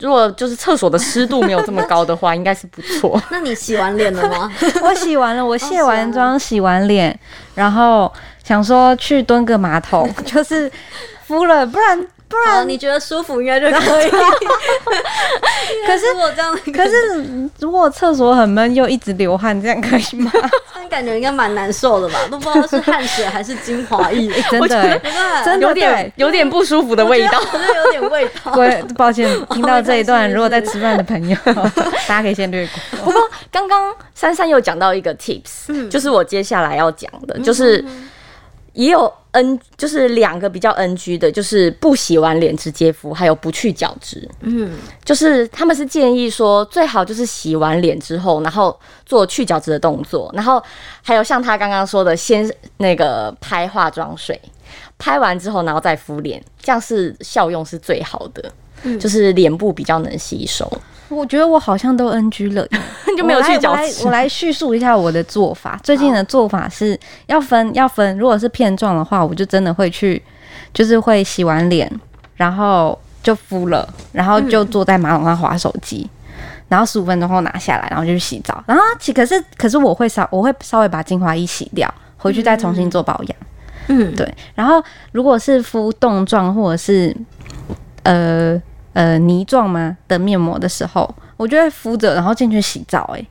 [SPEAKER 2] 如果就是厕所的湿度没有这么高的话，应 该是不错。
[SPEAKER 3] 那你洗完脸 了吗？
[SPEAKER 1] 我洗完了，我卸完妆，洗完脸，然后想说去蹲个马桶， 就是敷了，不然不
[SPEAKER 3] 好了
[SPEAKER 1] 然。
[SPEAKER 3] 你觉得舒服应该就可以。可 是我这样，
[SPEAKER 1] 可是如果厕所很闷又一直流汗，这样可以吗？
[SPEAKER 3] 这样感觉应该蛮难受的吧？都不知道是汗水还是精华液，
[SPEAKER 1] 真
[SPEAKER 2] 我觉得
[SPEAKER 1] 的欸
[SPEAKER 3] 对不对
[SPEAKER 1] 真的
[SPEAKER 2] 有点有点不舒服的味道。
[SPEAKER 3] 我觉得有点味道。
[SPEAKER 1] 我抱 歉，听到这一
[SPEAKER 3] 没关
[SPEAKER 1] 段，
[SPEAKER 3] 系
[SPEAKER 1] 如果在吃饭的朋友， 大家可以先略过。
[SPEAKER 2] 不过刚刚珊珊有讲到一个 tips，、就是我接下来要讲的，就是也有 N，就是两个比较 NG 的，就是不洗完脸直接敷，还有不去角质。
[SPEAKER 3] 嗯，
[SPEAKER 2] 就是他们是建议说，最好就是洗完脸之后，然后做去角质的动作，然后还有像他刚刚说的，先那个拍化妆水，拍完之后然后再敷脸，这样是效用是最好的，就是脸部比较能吸收，
[SPEAKER 1] 我觉得我好像都 NG 了，
[SPEAKER 2] 就没有去角
[SPEAKER 1] 我来
[SPEAKER 2] 质
[SPEAKER 1] 我来。我来叙述一下我的做法。最近的做法是要分要分，如果是片状的话，我就真的会去，就是会洗完脸，然后就敷了，然
[SPEAKER 2] 嗯
[SPEAKER 1] 后就坐在马桶上划手机。然后十五分钟后拿下来，然后就去洗澡。然后其可是可是我会稍我会稍微把精华液洗掉，回去再重新做保养。
[SPEAKER 3] 嗯，
[SPEAKER 1] 对，然后如果是敷冻状或者是呃呃泥状吗的面膜的时候，我就会敷着，然后进去洗澡、欸，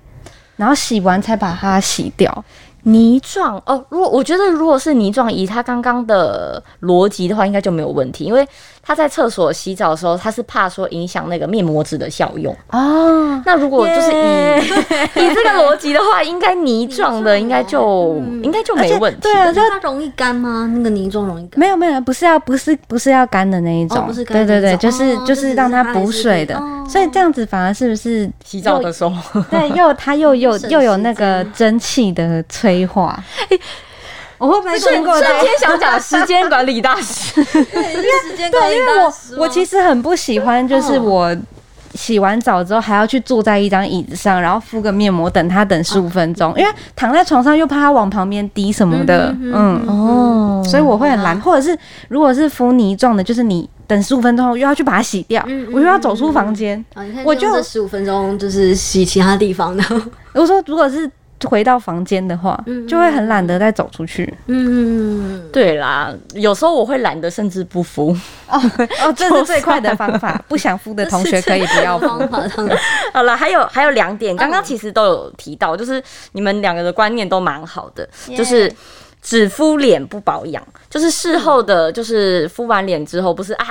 [SPEAKER 1] 然后洗完才把它洗掉。
[SPEAKER 2] 泥状哦，如果我觉得如果是泥状，以他刚刚的逻辑的话，应该就没有问题，因为他在厕所洗澡的时候，他是怕说影响那个面膜纸的效用。
[SPEAKER 1] 哦，
[SPEAKER 2] 那如果就是以 以这个逻辑的话，应该泥状嗯的应该就应该就没问题。
[SPEAKER 1] 对啊，就
[SPEAKER 3] 它容易干吗？那个泥状容易干？
[SPEAKER 1] 没有没有，不是要不是不是要干的那一种，
[SPEAKER 3] 哦不是
[SPEAKER 1] 对
[SPEAKER 3] 干
[SPEAKER 1] 对
[SPEAKER 3] 的
[SPEAKER 1] 对，
[SPEAKER 3] 那种
[SPEAKER 1] 就是、
[SPEAKER 3] 哦
[SPEAKER 1] 就
[SPEAKER 3] 就只
[SPEAKER 1] 是
[SPEAKER 3] 是
[SPEAKER 1] 让它
[SPEAKER 3] 它还
[SPEAKER 1] 补
[SPEAKER 3] 是
[SPEAKER 1] 水
[SPEAKER 3] 可以
[SPEAKER 1] 的，
[SPEAKER 3] 哦
[SPEAKER 1] 所以这样子反而是不是
[SPEAKER 2] 洗澡的时候，
[SPEAKER 1] 对，又它又有
[SPEAKER 3] 省
[SPEAKER 1] 又有
[SPEAKER 3] 时
[SPEAKER 1] 那个蒸汽的催化。我会不会
[SPEAKER 2] 瞬
[SPEAKER 1] 经过
[SPEAKER 2] 瞬间想讲时间管理大 师，
[SPEAKER 3] 时哦间
[SPEAKER 1] 对，因为我嗯我其
[SPEAKER 3] 实
[SPEAKER 1] 实很不喜欢，就是我洗完澡之后还要去坐在一张椅子上，然后敷个面膜，等它等十五分钟，因为躺在床上又怕它往旁边滴什么的，嗯，
[SPEAKER 2] 哦，
[SPEAKER 1] 所以我会很懒。或者是如果是敷泥状的，就是你等十五分钟后又要去把它洗掉，我又要走出房间。
[SPEAKER 3] 啊，你看
[SPEAKER 1] 我
[SPEAKER 3] 就
[SPEAKER 1] 就
[SPEAKER 3] 这十五分钟就是洗其他地方的，
[SPEAKER 1] 我说如果是回到房间的话，就会很懒得再走出去。
[SPEAKER 3] 嗯，
[SPEAKER 2] 对啦，有时候我会懒得甚至不敷。
[SPEAKER 1] 哦哦，这是最快的方法。 不想敷的同学可以不要敷。
[SPEAKER 3] 方 法上的，
[SPEAKER 2] 好了，还有还有两点，刚刚其实都有提到，就是你们两个的观念都蛮好的，就是。嗯只敷脸不保养，就是事后的，就是敷完脸之后，不是啊，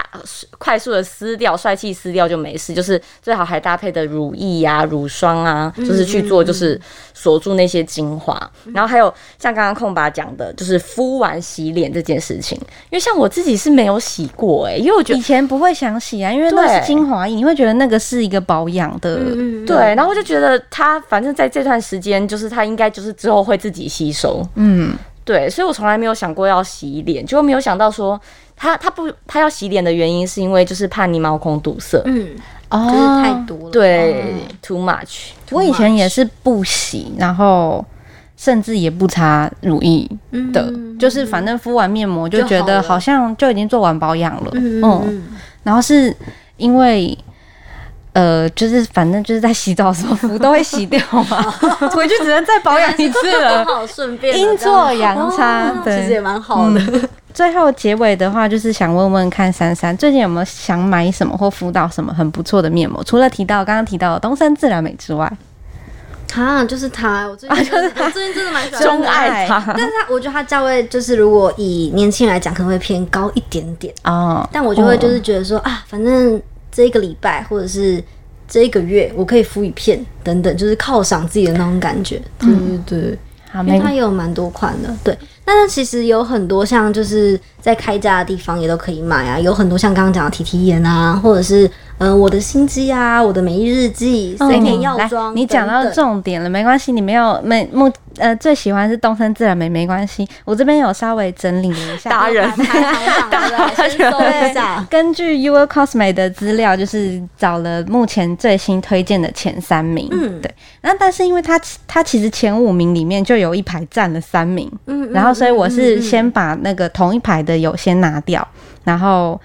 [SPEAKER 2] 快速的撕掉，帅气撕掉就没事，就是最好还搭配的乳液啊、乳霜啊，就是去做就是锁住那些精华。然后还有像刚刚空白讲的，就是敷完洗脸这件事情，因为像我自己是没有洗过哎、因为我觉得
[SPEAKER 1] 以前不会想洗啊，因为那是
[SPEAKER 2] 对
[SPEAKER 1] 精华液，你会觉得那个是一个保养的。
[SPEAKER 3] 嗯
[SPEAKER 2] 对，然后我就觉得他反正在这段时间，就是他应该就是之后会自己吸收，
[SPEAKER 1] 嗯，
[SPEAKER 2] 对，所以我从来没有想过要洗脸，就没有想到说他他不他要洗脸的原因是因为就是怕你毛孔堵塞，
[SPEAKER 3] 嗯，哦
[SPEAKER 1] 哦
[SPEAKER 3] 就是太多了，嗯
[SPEAKER 2] 对、t o o much，
[SPEAKER 1] 我以前也是不洗，然后甚至也不擦乳液
[SPEAKER 3] 嗯
[SPEAKER 1] 的，就是反正敷完面膜就觉
[SPEAKER 3] 就好
[SPEAKER 1] 得
[SPEAKER 3] 了
[SPEAKER 1] 好像就已经做完保养了。
[SPEAKER 3] 嗯
[SPEAKER 1] 嗯，
[SPEAKER 3] 嗯
[SPEAKER 1] 然后是因为。呃，就是反正就是在洗澡的时候 服都会洗掉嘛， 回去只能再保养一次了
[SPEAKER 3] 嗯，。好顺便
[SPEAKER 1] 阴错阳差对嗯
[SPEAKER 3] 哦其实也蛮好的。
[SPEAKER 1] 最后结尾的话，就是想问问看珊珊最近有没有想买什么或辅导什么很不错的面膜？除了提到刚刚提到的东森自然美之外，
[SPEAKER 3] 啊，就是他，我最近真的我最近真的蛮喜欢
[SPEAKER 1] 钟
[SPEAKER 2] 钟
[SPEAKER 3] 他
[SPEAKER 1] 爱
[SPEAKER 2] 爱
[SPEAKER 1] 他
[SPEAKER 2] 他，
[SPEAKER 3] 但是它，我觉得它价位就是，如果以年轻人来讲，可能会偏高一点点。
[SPEAKER 1] 哦，
[SPEAKER 3] 但我就会就是觉得说、啊，反正这一个礼拜或者是这一个月，我可以敷一片等等，就是犒赏自己的那种感觉。对
[SPEAKER 1] 嗯
[SPEAKER 3] 对对，
[SPEAKER 1] 好，
[SPEAKER 3] 因为
[SPEAKER 1] 没
[SPEAKER 3] 它也有蛮多款的。对，那其实有很多像就是在开价的地方也都可以买啊，有很多像刚刚讲的体体眼啊，或者是嗯、呃我的心机啊，我的每日日记、
[SPEAKER 1] 嗯
[SPEAKER 3] 三点药
[SPEAKER 1] 来
[SPEAKER 3] 妆等等、
[SPEAKER 1] 你讲到重点了，没关系，你没有没目呃最喜欢是东森自然美，没关系，我这边有稍微整理了一下，
[SPEAKER 2] 达人
[SPEAKER 3] 排行榜 对不对 先搜一下。
[SPEAKER 1] 根据 u r Cosme 的资料，就是找了目前最新推荐的前三名。
[SPEAKER 3] 嗯
[SPEAKER 1] 对。那但是因为它它其实前五名里面就有一排占了三名，
[SPEAKER 3] 嗯嗯
[SPEAKER 1] 然后所以我
[SPEAKER 3] 嗯嗯
[SPEAKER 1] 是
[SPEAKER 3] 嗯
[SPEAKER 1] 先把那个同一排的有先拿掉，然后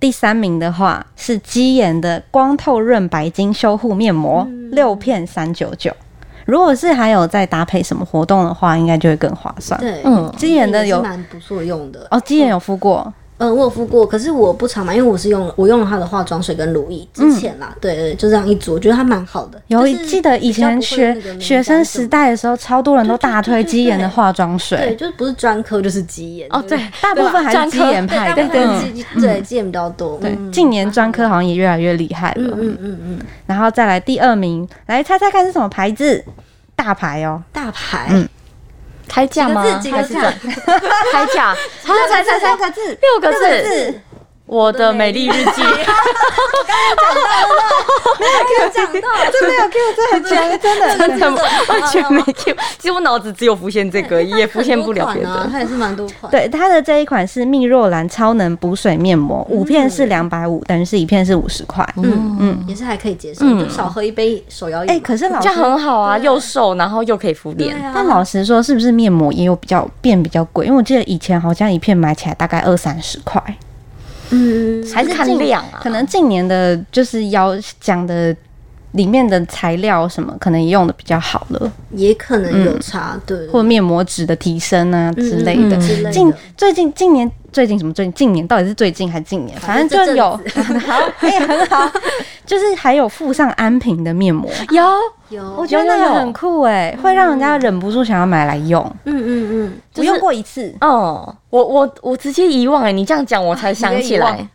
[SPEAKER 1] 第三名的话是基研的光透润白金修护面膜，
[SPEAKER 3] 嗯
[SPEAKER 1] 六、片三九九。如果是还有再搭配什么活动的话，应该就会更划算。
[SPEAKER 3] 对
[SPEAKER 1] 嗯，基研的
[SPEAKER 3] 也是
[SPEAKER 1] 有
[SPEAKER 3] 蛮不错用的。
[SPEAKER 1] 哦，基研有敷过，
[SPEAKER 3] 嗯，我有敷过，可是我不常买，因为我是用我用了它的化妆水跟乳液之前啦，对对，对就这样一组，我觉得它蛮好的。
[SPEAKER 1] 嗯有
[SPEAKER 3] 就
[SPEAKER 1] 一
[SPEAKER 3] 是
[SPEAKER 1] 记得以
[SPEAKER 3] 比较
[SPEAKER 1] 前
[SPEAKER 3] 不会有
[SPEAKER 1] 学
[SPEAKER 3] 那个敏
[SPEAKER 1] 学
[SPEAKER 3] 感
[SPEAKER 1] 生
[SPEAKER 3] 什么
[SPEAKER 1] 时代的时候，超多人都
[SPEAKER 3] 对对
[SPEAKER 1] 大
[SPEAKER 3] 对
[SPEAKER 1] 推
[SPEAKER 3] 对
[SPEAKER 1] 基眼的
[SPEAKER 3] 对
[SPEAKER 1] 化妆
[SPEAKER 3] 对，
[SPEAKER 1] 水。
[SPEAKER 3] 就是不是专科就是基眼
[SPEAKER 1] 哦，
[SPEAKER 3] 就是
[SPEAKER 1] 对，大部分还是
[SPEAKER 2] 专
[SPEAKER 1] 基
[SPEAKER 2] 科
[SPEAKER 1] 眼
[SPEAKER 3] 对
[SPEAKER 1] 派
[SPEAKER 3] 大
[SPEAKER 1] 的
[SPEAKER 3] 部。分
[SPEAKER 1] 嗯，
[SPEAKER 3] 是基对基眼比较多，
[SPEAKER 1] 对，
[SPEAKER 3] 嗯
[SPEAKER 1] 近年专科好像也越来越厉害
[SPEAKER 3] 嗯
[SPEAKER 1] 了。
[SPEAKER 3] 嗯嗯嗯，
[SPEAKER 1] 然后再来第二名，来猜猜看是什么牌子？大牌哦，
[SPEAKER 3] 大牌，
[SPEAKER 1] 嗯
[SPEAKER 2] 开价吗？
[SPEAKER 3] 几
[SPEAKER 2] 还
[SPEAKER 3] 个
[SPEAKER 2] 是
[SPEAKER 3] 字，几
[SPEAKER 2] 这
[SPEAKER 3] 个
[SPEAKER 2] 样
[SPEAKER 3] 字，
[SPEAKER 2] 开价？好，猜猜猜，
[SPEAKER 1] 个字，
[SPEAKER 2] 六个
[SPEAKER 1] 六个
[SPEAKER 2] 字，
[SPEAKER 1] 字，
[SPEAKER 2] 我的美丽日记。
[SPEAKER 3] 讲到
[SPEAKER 1] 真的有 Q 这很强， 真的
[SPEAKER 2] 真的吗？完全没 Q，其实我脑子只有浮现这个，也浮现不了别
[SPEAKER 3] 很多款啊
[SPEAKER 2] 的。
[SPEAKER 3] 它也是蛮多款，
[SPEAKER 1] 对，它的这一款是蜜若兰超能补水面膜，五片是两百五，等于是一片是五十块。
[SPEAKER 3] 嗯
[SPEAKER 1] 嗯
[SPEAKER 3] 嗯，也是还可以接受，
[SPEAKER 2] 嗯
[SPEAKER 3] 就少喝一杯手摇饮嘛，
[SPEAKER 1] 哎，可是老
[SPEAKER 2] 这样
[SPEAKER 1] 师
[SPEAKER 2] 很好啊，又瘦，然后又可以敷
[SPEAKER 3] 对
[SPEAKER 2] 脸。
[SPEAKER 3] 啊，
[SPEAKER 1] 但老实说，是不是面膜也有比较变比较贵？因为我记得以前好像一片买起来大概二三十块，
[SPEAKER 3] 嗯，
[SPEAKER 2] 还是看
[SPEAKER 1] 近
[SPEAKER 2] 量啊，
[SPEAKER 1] 可能近年的就是要讲的里面的材料什么，可能用的比较好了，
[SPEAKER 3] 也可能有差，对，
[SPEAKER 1] 或面膜纸的提升啊之类的。
[SPEAKER 3] 嗯嗯之类的
[SPEAKER 1] 近最近近年最近什么最近近年到底是最近还是近年？反
[SPEAKER 3] 反正
[SPEAKER 1] 正就有
[SPEAKER 3] 这
[SPEAKER 1] 好，哎、很好，就是还有附上安瓶的面膜，
[SPEAKER 2] 有
[SPEAKER 3] 有，
[SPEAKER 1] 我觉得那
[SPEAKER 2] 有
[SPEAKER 1] 个
[SPEAKER 2] 有
[SPEAKER 1] 很酷哎、会让人家忍不住想要买来用。
[SPEAKER 3] 嗯嗯
[SPEAKER 1] 我用过一次，
[SPEAKER 2] 哦，我我我直接遗忘哎，你这样讲我才想
[SPEAKER 1] 你
[SPEAKER 2] 起
[SPEAKER 1] 的遗
[SPEAKER 2] 来
[SPEAKER 1] 忘，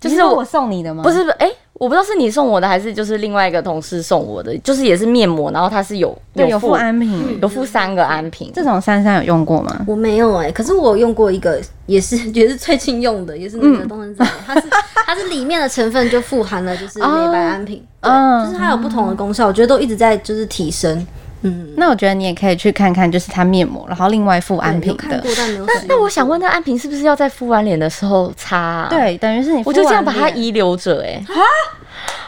[SPEAKER 2] 就是
[SPEAKER 1] 你我
[SPEAKER 2] 我
[SPEAKER 1] 送你的吗？
[SPEAKER 2] 不是不哎，我不知道是你送我的还是就是另外一个同事送我的，就是也是面膜，然后它是有
[SPEAKER 1] 对，有
[SPEAKER 2] 附
[SPEAKER 1] 附嗯安瓶。
[SPEAKER 2] 有附三个安瓶，
[SPEAKER 1] 这种珊珊有用过吗？
[SPEAKER 3] 我没有哎、可是我用过一个，也是 也是最近用的，也是那个东森子，
[SPEAKER 1] 嗯
[SPEAKER 3] 它是它是里面的成分就富含了就是美白安瓶，
[SPEAKER 1] 嗯
[SPEAKER 3] 对，就是它有不同的功效，我觉得都一直在就是提升，嗯，
[SPEAKER 1] 那我觉得你也可以去看看，就是它面膜，然后另外附安
[SPEAKER 3] 对有
[SPEAKER 1] 瓶
[SPEAKER 3] 看
[SPEAKER 1] 的
[SPEAKER 3] 过，但没有使用
[SPEAKER 2] 那我想问，那安瓶是不是要在敷完脸的时候擦啊？
[SPEAKER 1] 对，等于是你敷
[SPEAKER 2] 我就这样把
[SPEAKER 1] 完
[SPEAKER 2] 它
[SPEAKER 1] 脸
[SPEAKER 2] 遗留着哎、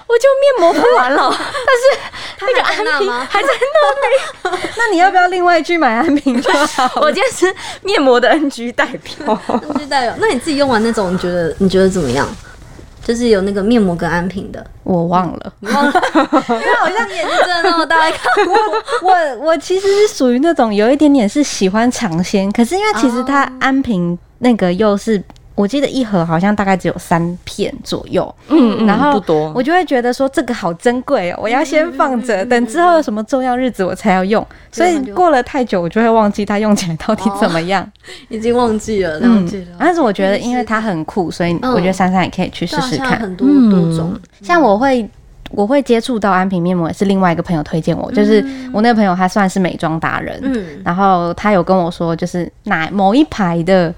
[SPEAKER 2] 我就面膜敷完了， 但是那个
[SPEAKER 3] 还在那
[SPEAKER 2] 安瓶
[SPEAKER 3] 吗
[SPEAKER 2] 还在那里。
[SPEAKER 1] 那你要不要另外去买安瓶就 好
[SPEAKER 2] 我今天是面膜的 NG 代表，
[SPEAKER 3] 过，那就代表，那你自己用完那种，你觉得你觉得怎么样？就是有那个面膜跟安瓶的，
[SPEAKER 1] 我忘了。
[SPEAKER 3] 因为好像眼睛真的那么大，看
[SPEAKER 1] 我我其实是属于那种有一点点是喜欢尝鲜，可是因为其实
[SPEAKER 3] 哦
[SPEAKER 1] 它安瓶那个又是。我记得一盒好像大概只有三片左右，
[SPEAKER 2] 嗯嗯，
[SPEAKER 1] 然后
[SPEAKER 2] 不多，
[SPEAKER 1] 我就会觉得说这个好珍贵哦，我要先放着，
[SPEAKER 3] 嗯
[SPEAKER 1] 等之后有什么重要日子我才要用。所
[SPEAKER 3] 对
[SPEAKER 1] 以
[SPEAKER 3] 那就
[SPEAKER 1] 过了太久，我就会忘记它用起来到底怎么样。嗯
[SPEAKER 3] 已经忘记了，忘记了。
[SPEAKER 1] 但是我觉得因为它很酷，所以我觉得珊珊也可以去试
[SPEAKER 3] 对啊
[SPEAKER 1] 试
[SPEAKER 3] 现在
[SPEAKER 1] 看。
[SPEAKER 3] 很多多种，
[SPEAKER 1] 像我会。我会接触到安瓶面膜，也是另外一个朋友推荐我，就是我那个朋友他算是美妆达人，
[SPEAKER 3] 嗯，
[SPEAKER 1] 然后他有跟我说，就是哪某一排的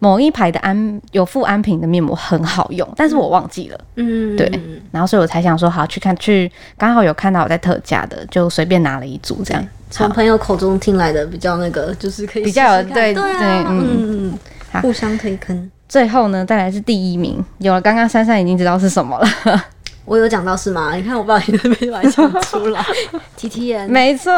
[SPEAKER 1] 某一排的安有附安瓶的面膜很好用，但是我忘记了，
[SPEAKER 3] 嗯，
[SPEAKER 1] 对然后所以我才想说好去看去，刚好有看到我在特价的，就随便拿了一组这样，
[SPEAKER 3] 从朋友口中听来的比较那个，就是可以
[SPEAKER 1] 比较有
[SPEAKER 3] 试试看
[SPEAKER 1] 对
[SPEAKER 3] 对啊
[SPEAKER 1] 对嗯
[SPEAKER 3] 嗯，嗯
[SPEAKER 1] 好
[SPEAKER 3] 互相推坑。
[SPEAKER 1] 最后呢，再来是第一名，有了刚刚珊珊已经知道是什么了，
[SPEAKER 3] 我有讲到是吗？你看我把你的没把讲出来，T T 眼，
[SPEAKER 1] 没 错，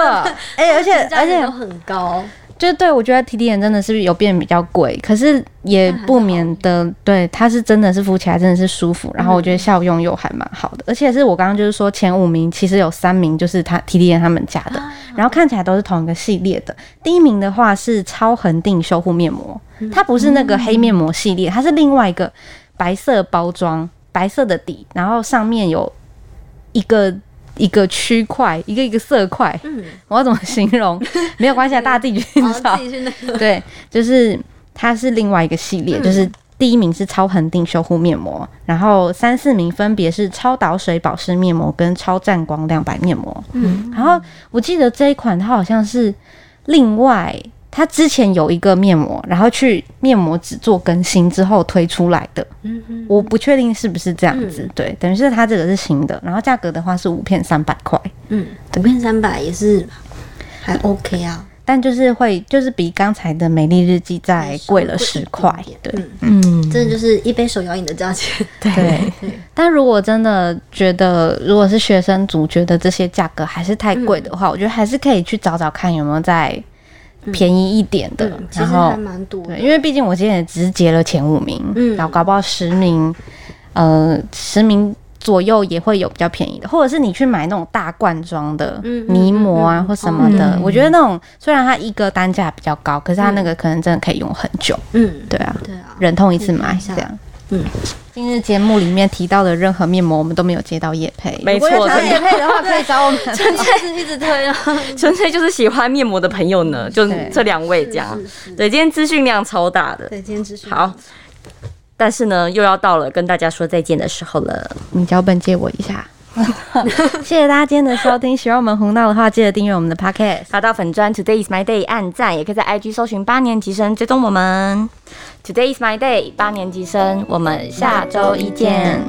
[SPEAKER 1] 哎、而且而且
[SPEAKER 3] 都很高，
[SPEAKER 1] 就对我觉得 T D 眼真的是有变比较贵，可是也不免的，对它是真的是敷起来真的是舒服，然后我觉得效用又还蛮好的，而且是我刚刚就是说前五名其实有三名就是他 T D 眼他们家的，然后看起来都是同一个系列的。第一名的话是超恒定修护面膜，它不是那个黑面膜系列，它是另外一个白色包装，白色的底，然后上面有一个。一个区块，一个一个色块，
[SPEAKER 3] 嗯，
[SPEAKER 1] 我要怎么形 容？没有关系啊，大家自己去
[SPEAKER 3] 然后
[SPEAKER 1] 找
[SPEAKER 3] 哦自。己去 嗯那个，
[SPEAKER 1] 对，就是它是另外一个系列，就是第一名是超恒定修护面膜，然后三四名分别是超导水保湿面膜跟超湛光亮白面膜。
[SPEAKER 3] 嗯，
[SPEAKER 1] 然后我记得这一款它好像是另外。它之前有一个面膜，然后去面膜只做更新之后推出来的，
[SPEAKER 3] 嗯嗯
[SPEAKER 1] 我不确定是不是这样子。对，等于是它这个是新的，然后价格的话是五片三百块，
[SPEAKER 3] 嗯，五片三百也是还 OK 啊，
[SPEAKER 1] 但就是会就是比刚才的美丽日记再贵了十块
[SPEAKER 3] 稍微贵一。点
[SPEAKER 1] 对，
[SPEAKER 3] 点
[SPEAKER 2] 嗯，
[SPEAKER 3] 真的就是一杯手摇饮的价钱，
[SPEAKER 1] 对，但如果真的觉得，如果是学生族觉得这些价格还是太贵的话，
[SPEAKER 3] 嗯
[SPEAKER 1] 我觉得还是可以去找找看有没有再便宜一点的。
[SPEAKER 3] 嗯，其实
[SPEAKER 1] 然后
[SPEAKER 3] 还，蛮多的
[SPEAKER 1] 对，因为毕竟我今天也只是截了前五名，
[SPEAKER 3] 嗯
[SPEAKER 1] 然后搞不好十名，呃，十名左右也会有比较便宜的，或者是你去买那种大罐装的
[SPEAKER 3] 嗯嗯
[SPEAKER 1] 泥膜啊、
[SPEAKER 3] 嗯嗯
[SPEAKER 1] 或什么的，
[SPEAKER 2] 嗯
[SPEAKER 1] 我觉得那种虽然它一个单价比较高，可是它那个可能真的可以用很久。
[SPEAKER 3] 嗯，
[SPEAKER 1] 对啊，
[SPEAKER 3] 对啊，
[SPEAKER 1] 忍痛一次买
[SPEAKER 3] 嗯
[SPEAKER 1] 这样。
[SPEAKER 3] 嗯，
[SPEAKER 1] 今日节目里面提到的任何面膜，我们都没有接到叶配。
[SPEAKER 2] 没错
[SPEAKER 1] 如果有想要
[SPEAKER 2] 真的
[SPEAKER 1] 叶配的话，可以找 我们。
[SPEAKER 3] 就是一直推啊，
[SPEAKER 2] 纯粹就是喜欢面膜的朋友呢，就
[SPEAKER 1] 对
[SPEAKER 2] 这两位这样
[SPEAKER 3] 嗯是。是
[SPEAKER 2] 对，今天资讯量超大的，
[SPEAKER 3] 对，今天只是
[SPEAKER 2] 好。但是呢，又要到了跟大家说再见的时候了。
[SPEAKER 1] 你脚本借我一下。 谢谢大家今天的收听，喜欢我们胡闹的话，记得订阅我们的 podcast。
[SPEAKER 2] 发到粉专 Today is my day，按赞，也可以在 IG 搜寻八年级生，追踪我们。Today is my day，八年级生，我们下周一见。